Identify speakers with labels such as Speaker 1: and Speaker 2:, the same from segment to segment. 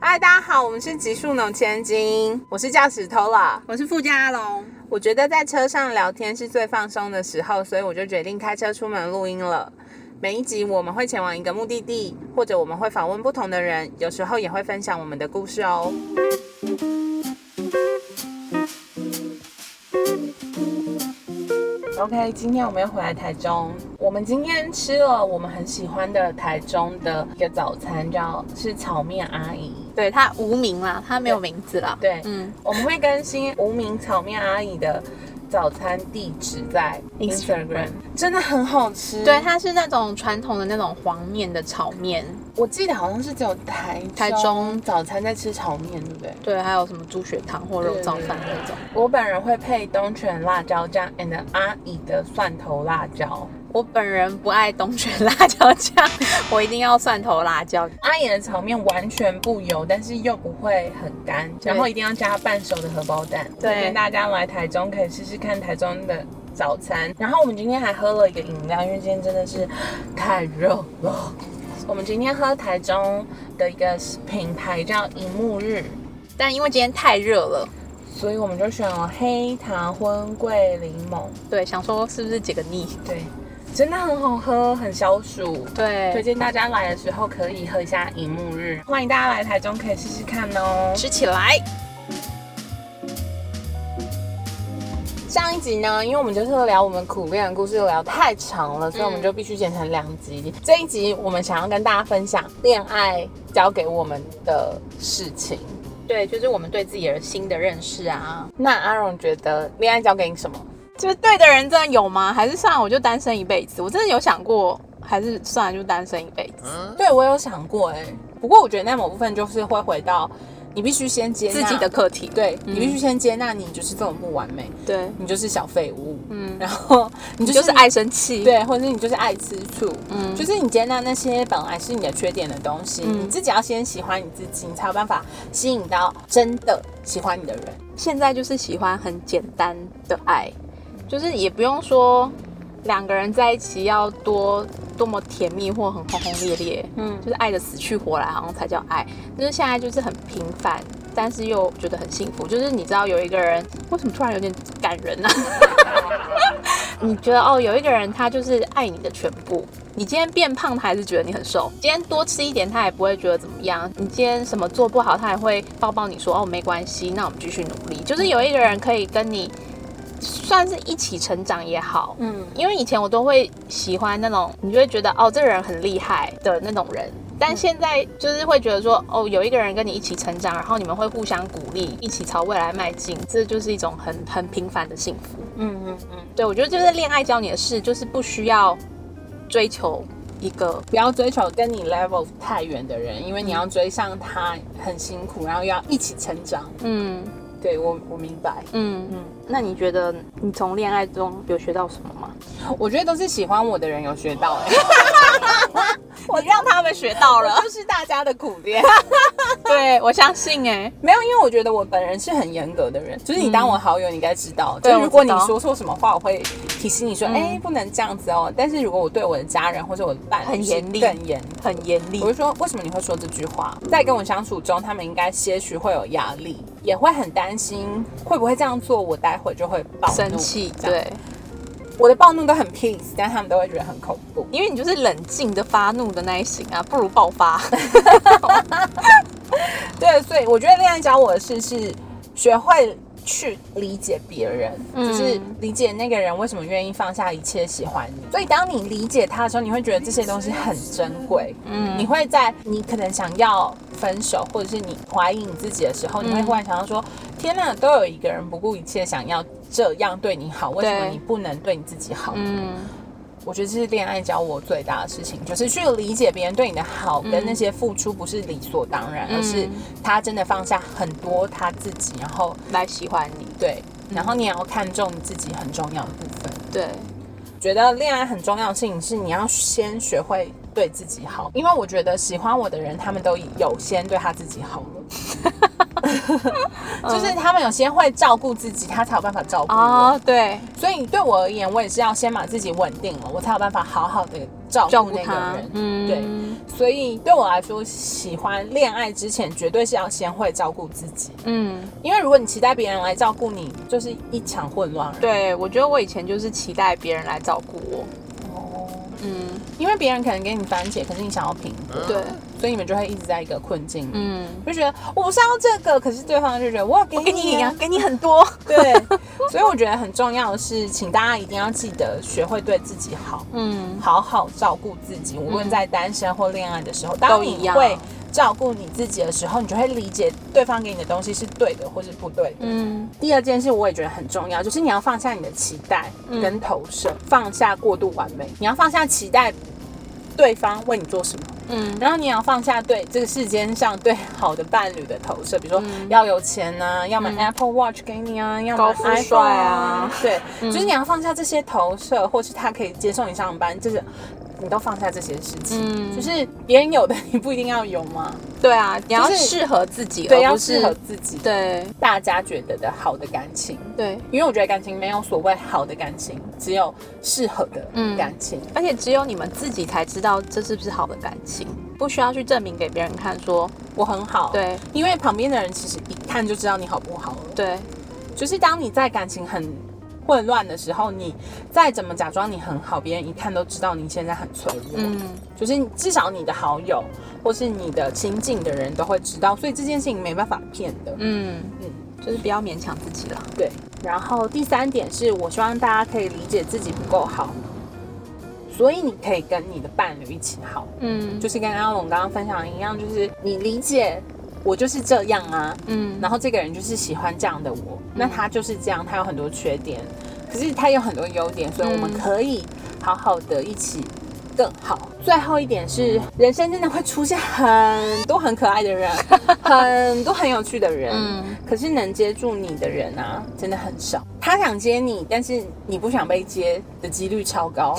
Speaker 1: 嗨，大家好，我们是极速农千金，我是叫石头了。
Speaker 2: 我是富家龙，
Speaker 1: 我觉得在车上聊天是最放松的时候，所以我就决定开车出门录音了。每一集我们会前往一个目的地，或者我们会访问不同的人，有时候也会分享我们的故事哦。OK，今天我们又回来台中。我们今天吃了我们很喜欢的台中的一个早餐，叫是炒面阿姨。
Speaker 2: 对他无名啦，他没有名字啦。
Speaker 1: 对
Speaker 2: 嗯，
Speaker 1: 我们会更新无名炒面阿姨的早餐地址在
Speaker 2: Instagram
Speaker 1: Instagram，真的很好吃。
Speaker 2: 对，，它是那种传统的那种黄面的炒面，
Speaker 1: 我记得好像是只有台
Speaker 2: 台中
Speaker 1: 早餐在吃炒面，对不对？
Speaker 2: 对，还有什么猪血汤或肉燥饭那种。
Speaker 1: 我本人会配东泉辣椒酱 and 阿姨的蒜头辣椒。
Speaker 2: 我本人不爱东泉辣椒酱， 我一定要蒜头辣椒。
Speaker 1: 阿姨的炒面完全不油，但是又不会很干，
Speaker 2: 对
Speaker 1: 然后一定要加半熟的荷包蛋。
Speaker 2: 对
Speaker 1: 推荐大家来台中可以试试看台中的早餐。然后我们今天还喝了一个饮料，因为今天真的是太热了。我们今天喝台中的一个品牌叫银幕日，
Speaker 2: 但因为今天太热了，
Speaker 1: 所以我们就选了黑糖荤桂柠檬。
Speaker 2: 对，想说是不是解个腻？
Speaker 1: 对，真的很好喝，很消暑。推
Speaker 2: 对，
Speaker 1: 荐大家来的时候可以喝一下银幕日，欢迎大家来台中可以试试看哦。
Speaker 2: 吃起来。
Speaker 1: 上一集呢，因为我们就是聊我们苦恋的故事，聊太长了，所以
Speaker 2: 嗯
Speaker 1: 我们就必须剪成两集。这一集我们想要跟大家分享恋爱教给我们的事情。
Speaker 2: 对，就是我们对自己的新的认识啊。
Speaker 1: 那阿荣觉得恋爱教给你什么？
Speaker 2: 就是对的人真的有吗？还是算了，我就单身一辈子？我真的有想过，还是算了，就单身一辈子。
Speaker 1: 对我有想过哎、不过我觉得那某部分就是会回到你必须先接纳
Speaker 2: 自己的，课题。
Speaker 1: 对、
Speaker 2: 嗯
Speaker 1: 你必须先接纳你就是这么不完美，
Speaker 2: 对，
Speaker 1: 你就是小废物，
Speaker 2: 嗯，
Speaker 1: 然后你
Speaker 2: 你
Speaker 1: 就是
Speaker 2: 就是爱生气。，
Speaker 1: 对，或者是你就是爱吃醋，
Speaker 2: 嗯
Speaker 1: 就是你接纳那些本来是你的缺点的东西，
Speaker 2: 嗯
Speaker 1: 你自己要先喜欢你自己，你才有办法吸引到真的喜欢你的人。
Speaker 2: 现在就是喜欢很简单的爱，就是也不用说两个人在一起要多多么甜蜜或很轰轰烈烈，
Speaker 1: 嗯
Speaker 2: 就是爱的死去活来，好像才叫爱。就是现在就是很平凡。但是又觉得很幸福，就是你知道有一个人为什么突然有点感人呢、啊？你觉得哦，有一个人他就是爱你的全部。你今天变胖，他还是觉得你很瘦；今天多吃一点，他也不会觉得怎么样。你今天什么做不好，他还会抱抱你说：“哦，没关系，那我们继续努力。”就是有一个人可以跟你算是一起成长也好，
Speaker 1: 嗯，
Speaker 2: 因为以前我都会喜欢那种，你就会觉得哦，这个人很厉害的那种人。但现在就是会觉得说，哦，有一个人跟你一起成长，然后你们会互相鼓励，一起朝未来迈进，这就是一种很很平凡的幸福。
Speaker 1: 嗯嗯嗯，
Speaker 2: 对，我觉得就是恋爱教你的事，就是不需要追求一个
Speaker 1: 不要追求跟你 level 太远的人，因为你要追上他很辛苦，然后又要一起成长。
Speaker 2: 嗯
Speaker 1: 对我我明白，
Speaker 2: 嗯嗯。那你觉得你从恋爱中有学到什么吗？
Speaker 1: 我觉得都是喜欢我的人有学到、欸，
Speaker 2: 我让他们学到
Speaker 1: 我
Speaker 2: 了，
Speaker 1: 就是大家的苦练。
Speaker 2: 对我相信哎、
Speaker 1: 没有，因为我觉得我本人是很严格的人，就是你当我好友，你应该知道，就
Speaker 2: 对
Speaker 1: 是如果
Speaker 2: 我
Speaker 1: 你
Speaker 2: 知道
Speaker 1: 说错什么话，我会提醒你说，哎、不能这样子哦。但是如果我对我的家人或者我的伴侣
Speaker 2: 很
Speaker 1: 是
Speaker 2: 严厉
Speaker 1: 更严，
Speaker 2: 很严厉
Speaker 1: 我就说为什么你会说这句话？在跟我相处中，他们应该些许会有压力，也会很担心会不会这样做，我待会就会暴怒
Speaker 2: 生气，
Speaker 1: 这样
Speaker 2: 对，
Speaker 1: 我的暴怒都很 peace，但他们都会觉得很恐怖。
Speaker 2: 因为你就是冷静的发怒的那一型啊，不如爆发。
Speaker 1: 对，所以我觉得恋爱教我的事是学会去理解别人，
Speaker 2: 嗯
Speaker 1: 就是理解那个人为什么愿意放下一切喜欢你。所以当你理解他的时候，你会觉得这些东西很珍贵。
Speaker 2: 嗯
Speaker 1: 你会在你可能想要分手，或者是你怀疑你自己的时候，你
Speaker 2: 嗯
Speaker 1: 会忽然想到说：天哪，都有一个人不顾一切想要这样对你好，为什么
Speaker 2: 对
Speaker 1: 你不能对你自己好？
Speaker 2: 嗯，
Speaker 1: 我觉得这是恋爱教我最大的事情，就是去理解别人对你的好跟那些付出不是理所当然，
Speaker 2: 嗯
Speaker 1: 而是他真的放下很多他自己，然后
Speaker 2: 来喜欢你，
Speaker 1: 对，
Speaker 2: 嗯
Speaker 1: 然后你也要看重你自己很重要的部分。
Speaker 2: 对，
Speaker 1: 觉得恋爱很重要的事情是你要先学会对自己好，因为我觉得喜欢我的人，他们都有先对他自己好了。 就是他们有些会照顾自己，他才有办法照顾我。
Speaker 2: 哦，对，
Speaker 1: 所以对我而言，我也是要先把自己稳定了，我才有办法好好的照
Speaker 2: 照
Speaker 1: 顾
Speaker 2: 顾
Speaker 1: 那个
Speaker 2: 他
Speaker 1: 人，。
Speaker 2: 嗯，
Speaker 1: 对所以对我来说，喜欢恋爱之前，绝对是要先会照顾自己，
Speaker 2: 嗯，
Speaker 1: 因为如果你期待别人来照顾你，就是一场混乱。，
Speaker 2: 对，我觉得我以前就是期待别人来照顾我，嗯，
Speaker 1: 因为别人可能给你番茄，可是你想要苹果，
Speaker 2: 对，
Speaker 1: 所以你们就会一直在一个困境里。
Speaker 2: 嗯，
Speaker 1: 就觉得我不是要这个，可是对方就觉得我有给
Speaker 2: 我
Speaker 1: 你
Speaker 2: 给你啊一
Speaker 1: 呀、
Speaker 2: 样，给你很多，
Speaker 1: 对，所以我觉得很重要的是，请大家一定要记得学会对自己好，
Speaker 2: 嗯，
Speaker 1: 好好照顾自己。无论在单身或恋爱的时候，当
Speaker 2: 一
Speaker 1: 你
Speaker 2: 样
Speaker 1: 会照顾你自己的时候，你就会理解对方给你的东西是对的或是不对的。
Speaker 2: 嗯，
Speaker 1: 第二件事我也觉得很重要，就是你要放下你的期待
Speaker 2: 嗯
Speaker 1: 跟投射，放下过度完美，你要放下期待对方为你做什么。
Speaker 2: 嗯，
Speaker 1: 然后你也要放下对这个世间上对好的伴侣的投射，比如说要有钱呐、要买 Apple Watch 给你啊，要
Speaker 2: 嗯高
Speaker 1: 买
Speaker 2: 富
Speaker 1: iPhone
Speaker 2: 帅啊，
Speaker 1: 对，就是你要放下这些投射，或是他可以接受你上班，就是你都放下这些事情，
Speaker 2: 嗯
Speaker 1: 就是别人有的你不一定要有嘛，
Speaker 2: 对啊，你要
Speaker 1: 就是
Speaker 2: 适合自己，
Speaker 1: 对，
Speaker 2: 而
Speaker 1: 要
Speaker 2: 不
Speaker 1: 适合
Speaker 2: 是，
Speaker 1: 自己，
Speaker 2: 对
Speaker 1: 大家觉得的好的感情。
Speaker 2: 对，
Speaker 1: 因为我觉得感情没有所谓好的感情，只有适合的
Speaker 2: 嗯
Speaker 1: 感情。
Speaker 2: 而且只有你们自己才知道这是不是好的感情，不需要去证明给别人看说，
Speaker 1: 我很好，，
Speaker 2: 对
Speaker 1: 因为旁边的人其实一看就知道你好不好了。
Speaker 2: 对，
Speaker 1: 就是当你在感情很混乱的时候，你再怎么假装你很好，别人一看都知道你现在很脆弱。
Speaker 2: 嗯
Speaker 1: 就是你至少你的好友或是你的亲近的人都会知道，所以这件事情没办法骗的。
Speaker 2: 嗯嗯，就是不要勉强自己啦。
Speaker 1: 对。然后第三点是我希望大家可以理解自己不够好，所以你可以跟你的伴侣一起好，
Speaker 2: 嗯
Speaker 1: 就是跟阿龙刚刚分享的一样，就是你理解我就是这样啊，
Speaker 2: 嗯
Speaker 1: 然后这个人就是喜欢这样的我，那他就是这样，他有很多缺点，可是他有很多优点，所以我们
Speaker 2: 嗯
Speaker 1: 可以好好的一起更好。最后一点是，人生真的会出现很多很可爱的 人，很多很有趣的人。
Speaker 2: 嗯
Speaker 1: 可是能接住你的人啊，真的很少。他想接你，但是你不想被接的几率超高，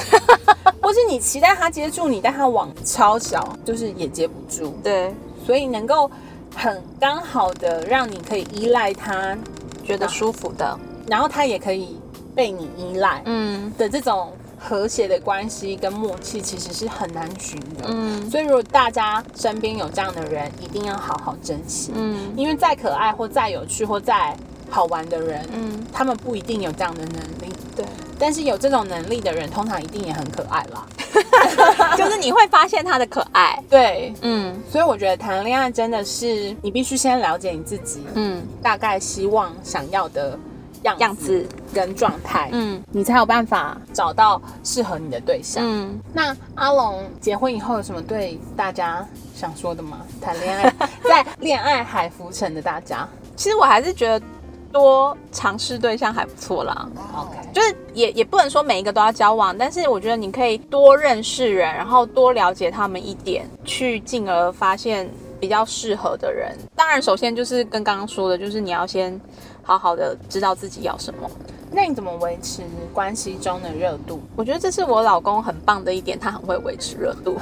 Speaker 1: 或是你期待他接住你，但他网超小，就是也接不住。
Speaker 2: 对，
Speaker 1: 所以能够很刚好的让你可以依赖他，
Speaker 2: 觉得舒服的，
Speaker 1: 然后他也可以被你依赖
Speaker 2: 嗯
Speaker 1: 的这种和谐的关系跟默契，其实是很难寻的。
Speaker 2: 嗯
Speaker 1: 所以如果大家身边有这样的人，一定要好好珍惜，
Speaker 2: 嗯
Speaker 1: 因为再可爱或再有趣或再好玩的人，
Speaker 2: 嗯，
Speaker 1: 他们不一定有这样的能力。
Speaker 2: 对，
Speaker 1: 但是有这种能力的人，通常一定也很可爱啦。
Speaker 2: 就是你会发现他的可爱，
Speaker 1: 对，
Speaker 2: 嗯
Speaker 1: 所以我觉得谈恋爱真的是你必须先了解你自己，
Speaker 2: 嗯，
Speaker 1: 大概希望想要的样
Speaker 2: 样子，
Speaker 1: 跟状态，
Speaker 2: 嗯
Speaker 1: 你才有办法找到适合你的对象。
Speaker 2: 嗯，
Speaker 1: 那阿龙结婚以后有什么对大家想说的 吗？谈恋爱，在恋爱海浮沉的大 家
Speaker 2: 其实我还是觉得多尝试对象还不错啦。
Speaker 1: ，OK，
Speaker 2: 就是也也不能说每一个都要交往，但是我觉得你可以多认识人，然后多了解他们一点，去进而发现比较适合的人。当然，首先就是跟刚刚说的，就是你要先好好的知道自己要什么。
Speaker 1: 那你怎么维持关系中的热度？
Speaker 2: 我觉得这是我老公很棒的一点，他很会维持热度，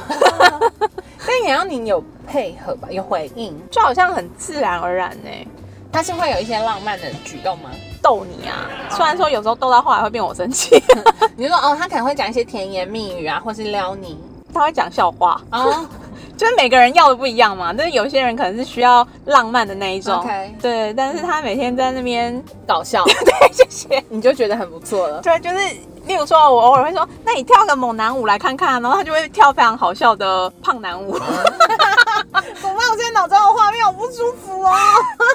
Speaker 1: 但也要你有配合吧，有回应，
Speaker 2: 就好像很自然而然呢、
Speaker 1: 他是会有一些浪漫的举动 吗？
Speaker 2: 逗你啊。虽然说有时候逗到后来会变我生气，
Speaker 1: 你就说哦，他可能会讲一些甜言蜜语啊，或是撩 你
Speaker 2: 他会讲笑话，
Speaker 1: 哦，
Speaker 2: 就是每个人要的不一样嘛。但是有些人可能是需要浪漫的那一种
Speaker 1: OK
Speaker 2: 对。但是他每天在那边
Speaker 1: 搞 笑，
Speaker 2: 对，谢谢。
Speaker 1: 你就觉得很不错了。
Speaker 2: 对，就是例如说，我偶尔会说，那你跳个猛男舞来看看，啊然后他就会跳非常好笑的胖男
Speaker 1: 哦
Speaker 2: 舞，
Speaker 1: 怎么办？ 我现在脑中有画面，好不舒服哦。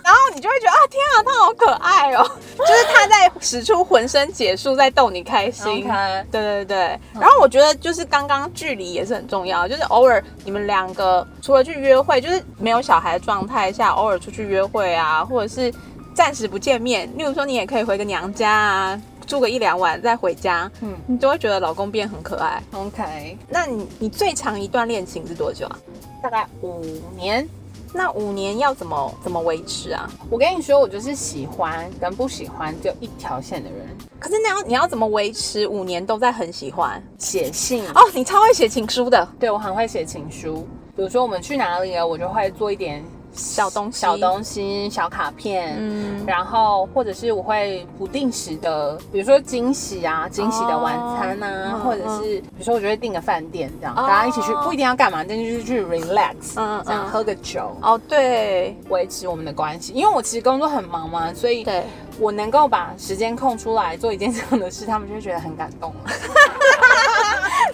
Speaker 2: 然后你就会觉得啊，天啊，他好可 爱哦，就是他在使出浑身解数在逗你开心。
Speaker 1: OK
Speaker 2: 对对对，然后我觉得就是刚刚距离也是很重要，就是偶尔你们两个除了去约会，就是没有小孩的状态下，偶尔出去约会啊，或者是暂时不见面，例如说你也可以回个娘家啊，住个一两晚再回家，
Speaker 1: 嗯
Speaker 2: 嗯，你就会觉得老公变很可爱。
Speaker 1: OK，
Speaker 2: 那你你最长一段恋情是多久啊？
Speaker 1: 大概五年。
Speaker 2: 那五年要怎么怎么维持啊？
Speaker 1: 我跟你说，我就是喜欢跟不喜欢只有一条线的人。
Speaker 2: 可是那要你要怎么维持五年都在很喜欢
Speaker 1: 写信哦，
Speaker 2: 哦？你超会写情书的，
Speaker 1: 对我很会写情书。比如说我们去哪里了，我就会做一点
Speaker 2: 小东西，
Speaker 1: 小东西、小卡片，
Speaker 2: 嗯，
Speaker 1: 然后或者是我会不定时的，比如说惊喜啊，惊喜的晚餐啊，
Speaker 2: 嗯
Speaker 1: 或者是比如说我就会订个饭店这样，
Speaker 2: 哦
Speaker 1: 大家一起去，不一定要干嘛，但就是去 relax，
Speaker 2: 嗯嗯
Speaker 1: 这样喝个酒，
Speaker 2: 哦对
Speaker 1: 维持我们的关系。因为我其实工作很忙嘛，所以
Speaker 2: 对，
Speaker 1: 我能够把时间空出来做一件这样的事，他们就会觉得很感 动了。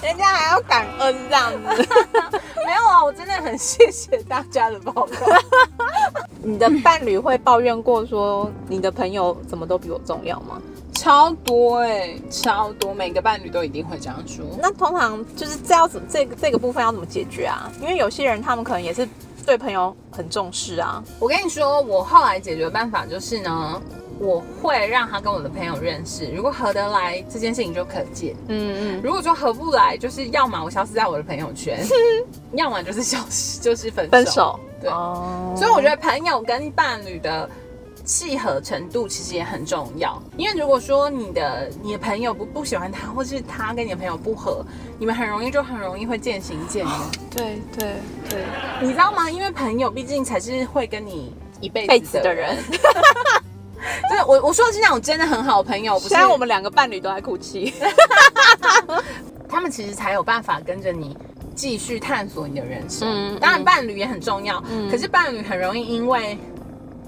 Speaker 1: 人家还要感恩这
Speaker 2: 啊
Speaker 1: 样子，没有啊，我真的很谢谢大家的包容。
Speaker 2: 你的伴侣会抱怨过说你的朋友怎么都比我重要吗？
Speaker 1: 超多哎、超多，每个伴侣都一定会这样说。
Speaker 2: 那通常就是这要怎么这个这个部分要怎么解决啊？因为有些人他们可能也是对朋友很重视啊。
Speaker 1: 我跟你说，我后来解决办法就是呢，我会让他跟我的朋友认识，如果合得来，这件事情就可见；
Speaker 2: 嗯嗯，
Speaker 1: 如果说合不来，就是要么我消失在我的朋友 圈，要么就是消失， 就是分手。
Speaker 2: 分手。
Speaker 1: 对
Speaker 2: 哦
Speaker 1: 所以我觉得朋友跟伴侣的契合程度其实也很重要，因为如果说你的你的朋友不不喜欢他，或是他跟你的朋友不合，你们很容易就很容易会渐行渐远。
Speaker 2: 对对对，
Speaker 1: 你知道吗？因为朋友毕竟才是会跟你一辈
Speaker 2: 被
Speaker 1: 子
Speaker 2: 子
Speaker 1: 的
Speaker 2: 的
Speaker 1: 人
Speaker 2: 人。。
Speaker 1: 对，我我说的是那种真的很好的朋友，不
Speaker 2: 现
Speaker 1: 是
Speaker 2: 在我们两个伴侣都在哭泣。
Speaker 1: 他们其实才有办法跟着你继续探索你的人生。
Speaker 2: 嗯
Speaker 1: 当然，
Speaker 2: 嗯
Speaker 1: 伴侣也很重要，
Speaker 2: 嗯
Speaker 1: 可是伴侣很容易因为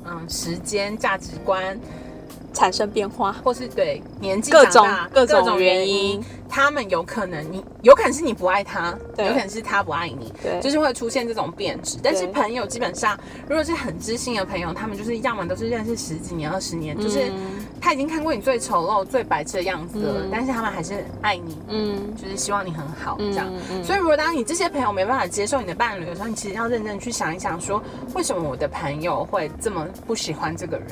Speaker 1: 嗯时间、价值观，
Speaker 2: 产生变化。
Speaker 1: 或是对年纪
Speaker 2: 各
Speaker 1: 长大
Speaker 2: 种各种
Speaker 1: 原
Speaker 2: 原因，
Speaker 1: 他们有可能你有可能是你不爱他，
Speaker 2: 对
Speaker 1: 有可能是他不爱你，
Speaker 2: 对
Speaker 1: 就是会出现这种变质。但是
Speaker 2: 对
Speaker 1: 朋友基本上，如果是很知心的朋友，他们就是要么都是认识十几年、二十年，就是
Speaker 2: 嗯
Speaker 1: 他已经看过你最丑陋、最白痴的样子了，
Speaker 2: 嗯
Speaker 1: 但是他们还是爱你，
Speaker 2: 嗯
Speaker 1: 就是希望你很好这
Speaker 2: 嗯
Speaker 1: 样。
Speaker 2: 嗯
Speaker 1: 所以，如果当你这些朋友没办法接受你的伴侣的时候，你其实要认真去想一想说为什么我的朋友会这么不喜欢这个人？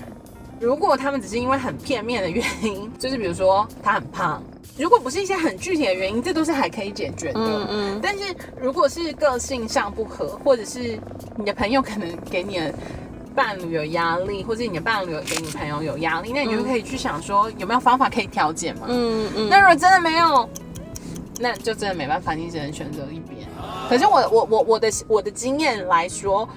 Speaker 1: 如果他们只是因为很片面的原因， 就是比如说他很胖，如果不是一些很具体的原因，这都是还可以解决的。
Speaker 2: 嗯嗯
Speaker 1: 但是如果是个性上不合，或者是你的朋友可能给你的伴侣有压力，或者你的伴侣有给你朋友有压力，那你就可以去想说有没有方法可以调节嘛？
Speaker 2: 嗯嗯
Speaker 1: 那如果真的没有，那就真的没办法，你只能选择一边。可是我我我我的我的经验来说，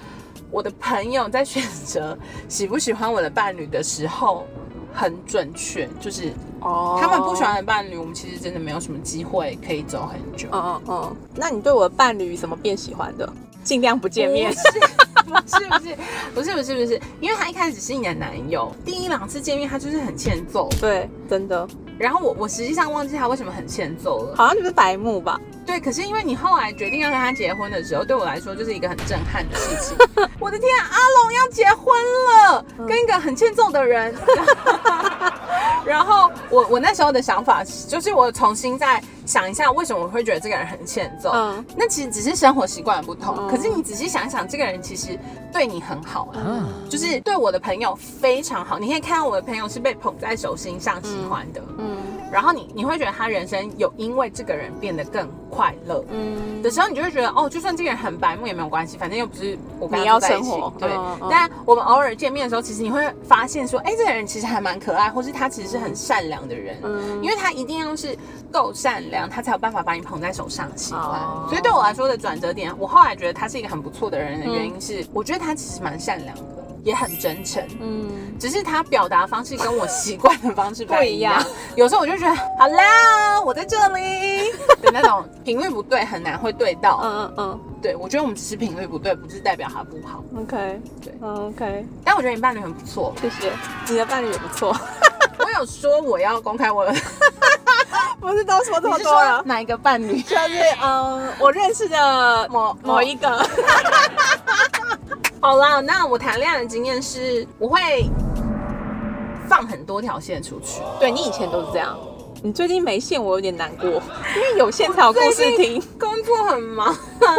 Speaker 1: 我的朋友在选择喜不喜欢我的伴侣的时候很准确，就是
Speaker 2: 哦
Speaker 1: 他们不喜欢。的伴侣，我们其实真的没有什么机会可以走很久。
Speaker 2: 嗯嗯嗯，那你对我的伴侣怎么变喜欢的？尽量不见 面
Speaker 1: 不。是不是不是不是不是不是，因为他一开始是你的男友，第一两次见面他就是很欠揍，
Speaker 2: 对，真的，
Speaker 1: 然后我我实际上忘记他为什么很欠揍了。
Speaker 2: 好像就是白目吧？
Speaker 1: 对，可是因为你后来决定要跟他结婚的时候，对我来说就是一个很震撼的事情。 我的天、啊，阿龙要结婚了，
Speaker 2: 嗯
Speaker 1: 跟一个很欠揍的 人。然后我我那时候的想法是就是我重新再想一下，为什么我会觉得这个人很欠揍？
Speaker 2: 嗯
Speaker 1: 那其实只是生活习惯不同。
Speaker 2: 嗯
Speaker 1: 可是你仔细想一想，这个人其实对你很好、啊，
Speaker 2: 嗯
Speaker 1: 就是对我的朋友非常好。你可以看到我的朋友是被捧在手心上喜欢的，
Speaker 2: 嗯
Speaker 1: 然后你你会觉得他人生有因为这个人变得更快乐。
Speaker 2: 嗯
Speaker 1: 的时候，你就会觉得哦，就算这个人很白目也没有关系，反正又不是我跟他
Speaker 2: 你要
Speaker 1: 住在一
Speaker 2: 生
Speaker 1: 起
Speaker 2: 活
Speaker 1: 对。
Speaker 2: 嗯嗯
Speaker 1: 但我们偶尔见面的时候，其实你会发现说，哎、这个人其实还蛮可爱，或是他其实是很善良的人，
Speaker 2: 嗯
Speaker 1: 因为他一定要是够善良，他才有办法把你捧在手上喜欢。
Speaker 2: 哦
Speaker 1: 所以对我来说的转折点，我后来觉得他是一个很不错的人的原因是，我觉得他其实蛮善良的，也很真诚。
Speaker 2: 嗯，
Speaker 1: 只是他表达方式跟我习惯的方式不太一样
Speaker 2: 不一，
Speaker 1: 有时候我就觉得 “hello，我在这里”的那种频率不对，很难会对到。
Speaker 2: 嗯嗯
Speaker 1: 对，我觉得我们只是频率不对，不是代表他不好。
Speaker 2: 嗯，OK，
Speaker 1: 对
Speaker 2: 嗯，OK，
Speaker 1: 但我觉得你伴侣很不错。
Speaker 2: 谢谢，你的伴侣也不错，
Speaker 1: 我有说我要公开我的，你
Speaker 2: 不是都 说这么
Speaker 1: 是
Speaker 2: 多啊
Speaker 1: 说
Speaker 2: 了，
Speaker 1: 哪一个伴侣？
Speaker 2: 就是嗯，我认识的某某一个，
Speaker 1: 好啦，那我谈恋爱的经验是，我会放很多条线出去。
Speaker 2: 对你以前都是这样，你最近没线，我有点难过， 因为有线才有故事听。
Speaker 1: 工作很忙，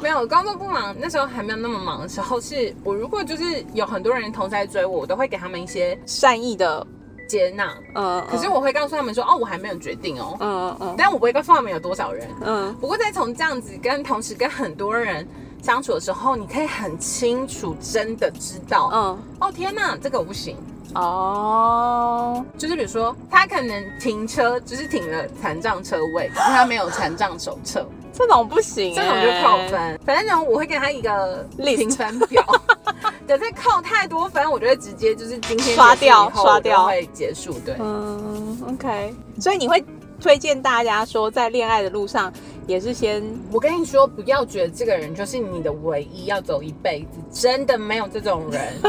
Speaker 1: 没有工作不忙，那时候还没有那么忙的时候是，我如果就是有很多人同时在追我，我都会给他们一些
Speaker 2: 善意的，
Speaker 1: 接纳，
Speaker 2: 嗯，
Speaker 1: 可是我会告诉他们说，哦，我还没有决定哦，
Speaker 2: 嗯，嗯嗯
Speaker 1: 但我不会告诉他们有多少人。
Speaker 2: 嗯
Speaker 1: 不过在从这样子跟同时跟很多人相处的时候，你可以很清楚真的知道，
Speaker 2: 嗯，
Speaker 1: 哦天哪，这个我不行。
Speaker 2: 哦，
Speaker 1: 就是比如说，他可能停车，就是停了残障车位，可是他没有残障手册，
Speaker 2: 这种不行、欸
Speaker 1: 这种就扣。分。反正呢，我会给他一个
Speaker 2: List
Speaker 1: 评分表， 对，再靠太多分，我就会直接就是今天
Speaker 2: 刷掉
Speaker 1: 结束以后
Speaker 2: 刷掉
Speaker 1: 我就会结束。对，
Speaker 2: 嗯，OK，所以你会推荐大家说，在恋爱的路上也是先
Speaker 1: 我跟你说，不要觉得这个人就是你的唯一，要走一辈子，真的没有这种 人。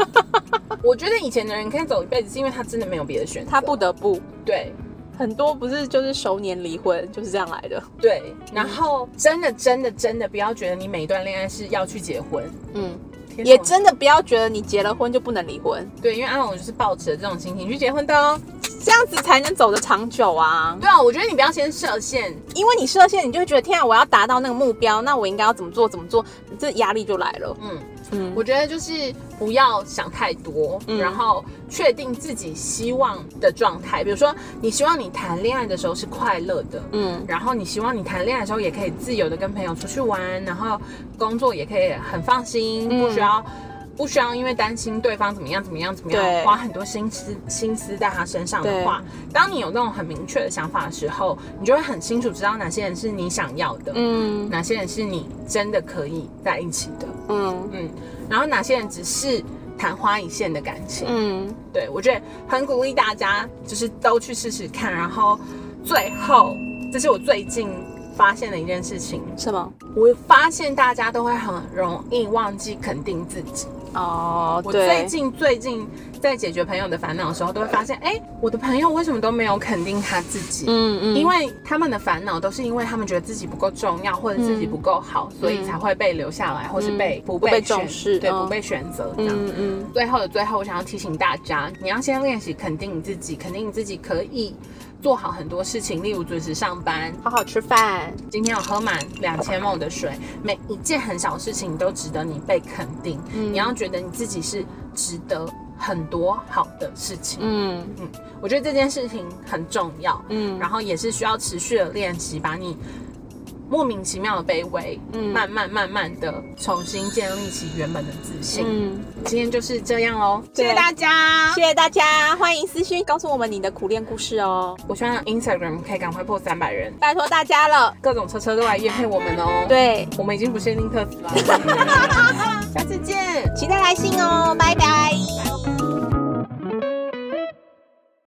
Speaker 1: 我觉得以前的人可以走一辈子，是因为他真的没有别的选择。
Speaker 2: 他不得不
Speaker 1: 对
Speaker 2: 很多不是就是熟年离婚就是这样来的，
Speaker 1: 对，然后真的真的真的不要觉得你每一段恋爱是要去结婚，
Speaker 2: 嗯，
Speaker 1: 天哪
Speaker 2: 也真的不要觉得你结了婚就不能离婚，
Speaker 1: 对，因为阿勇就是抱持着这种心情去结婚的哦。
Speaker 2: 这样子才能走得长久啊。
Speaker 1: 对啊，我觉得你不要先设限，
Speaker 2: 因为你设限，你就会觉得天啊，我要达到那个目标，那我应该要怎么做怎么做，这压力就来了。
Speaker 1: 嗯。
Speaker 2: 嗯，
Speaker 1: 我觉得就是不要想太多，
Speaker 2: 嗯
Speaker 1: 然后确定自己希望的状态。比如说，你希望你谈恋爱的时候是快乐的，
Speaker 2: 嗯
Speaker 1: 然后你希望你谈恋爱的时候也可以自由的跟朋友出去玩，然后工作也可以很放心，
Speaker 2: 嗯
Speaker 1: 不需要不需要因为担心对方怎么样怎么样怎么
Speaker 2: 对
Speaker 1: 样，花很多心思心思在他身上的话，当你有那种很明确的想法的时候，你就会很清楚知道哪些人是你想要的，
Speaker 2: 嗯
Speaker 1: 哪些人是你真的可以在一起的。
Speaker 2: 嗯
Speaker 1: 嗯，然后哪些人只是昙花一现的感情？
Speaker 2: 嗯，
Speaker 1: 对我觉得很鼓励大家，就是都去试试看。然后最后，这是我最近发现的一件事情，
Speaker 2: 什么？
Speaker 1: 我发现大家都会很容易忘记肯定自己。
Speaker 2: 哦，
Speaker 1: 我最
Speaker 2: 对，
Speaker 1: 近最近在解决朋友的烦恼的时候，都会发现，哎，我的朋友为什么都没有肯定他自己？
Speaker 2: 嗯嗯，
Speaker 1: 因为他们的烦恼都是因为他们觉得自己不够重要，或者自己不够好，所以才会被留下来，或是被不被
Speaker 2: 嗯不被
Speaker 1: 选
Speaker 2: 重视
Speaker 1: 对，
Speaker 2: 嗯
Speaker 1: 不被选择这样。
Speaker 2: 嗯嗯
Speaker 1: 最后的最后，我想要提醒大家，你要先练习肯定你自己，肯定你自己可以做好很多事情，例如准时上班，
Speaker 2: 好好吃饭，
Speaker 1: 今天有喝满两千梦的水，每一件很小的事情都值得你被肯定。
Speaker 2: 嗯
Speaker 1: 你要觉得你自己是值得很多好的事情。
Speaker 2: 嗯
Speaker 1: 我觉得这件事情很重要，
Speaker 2: 嗯，
Speaker 1: 然后也是需要持续的练习，把你莫名其妙的卑微，
Speaker 2: 嗯
Speaker 1: 慢慢慢慢的重新建立起原本的自信。
Speaker 2: 嗯，
Speaker 1: 今天就是这样喽，谢
Speaker 2: 对
Speaker 1: 谢大家。
Speaker 2: 谢谢大家，欢迎私讯告诉我们你的苦恋故事哦，
Speaker 1: 我希望 Instagram 可以赶快破三百人，
Speaker 2: 拜托大家了。
Speaker 1: 各种车车都来夜配我们哦。，
Speaker 2: 对，
Speaker 1: 我们已经不限定特斯拉了，下次见。
Speaker 2: 期待来信哦，拜拜。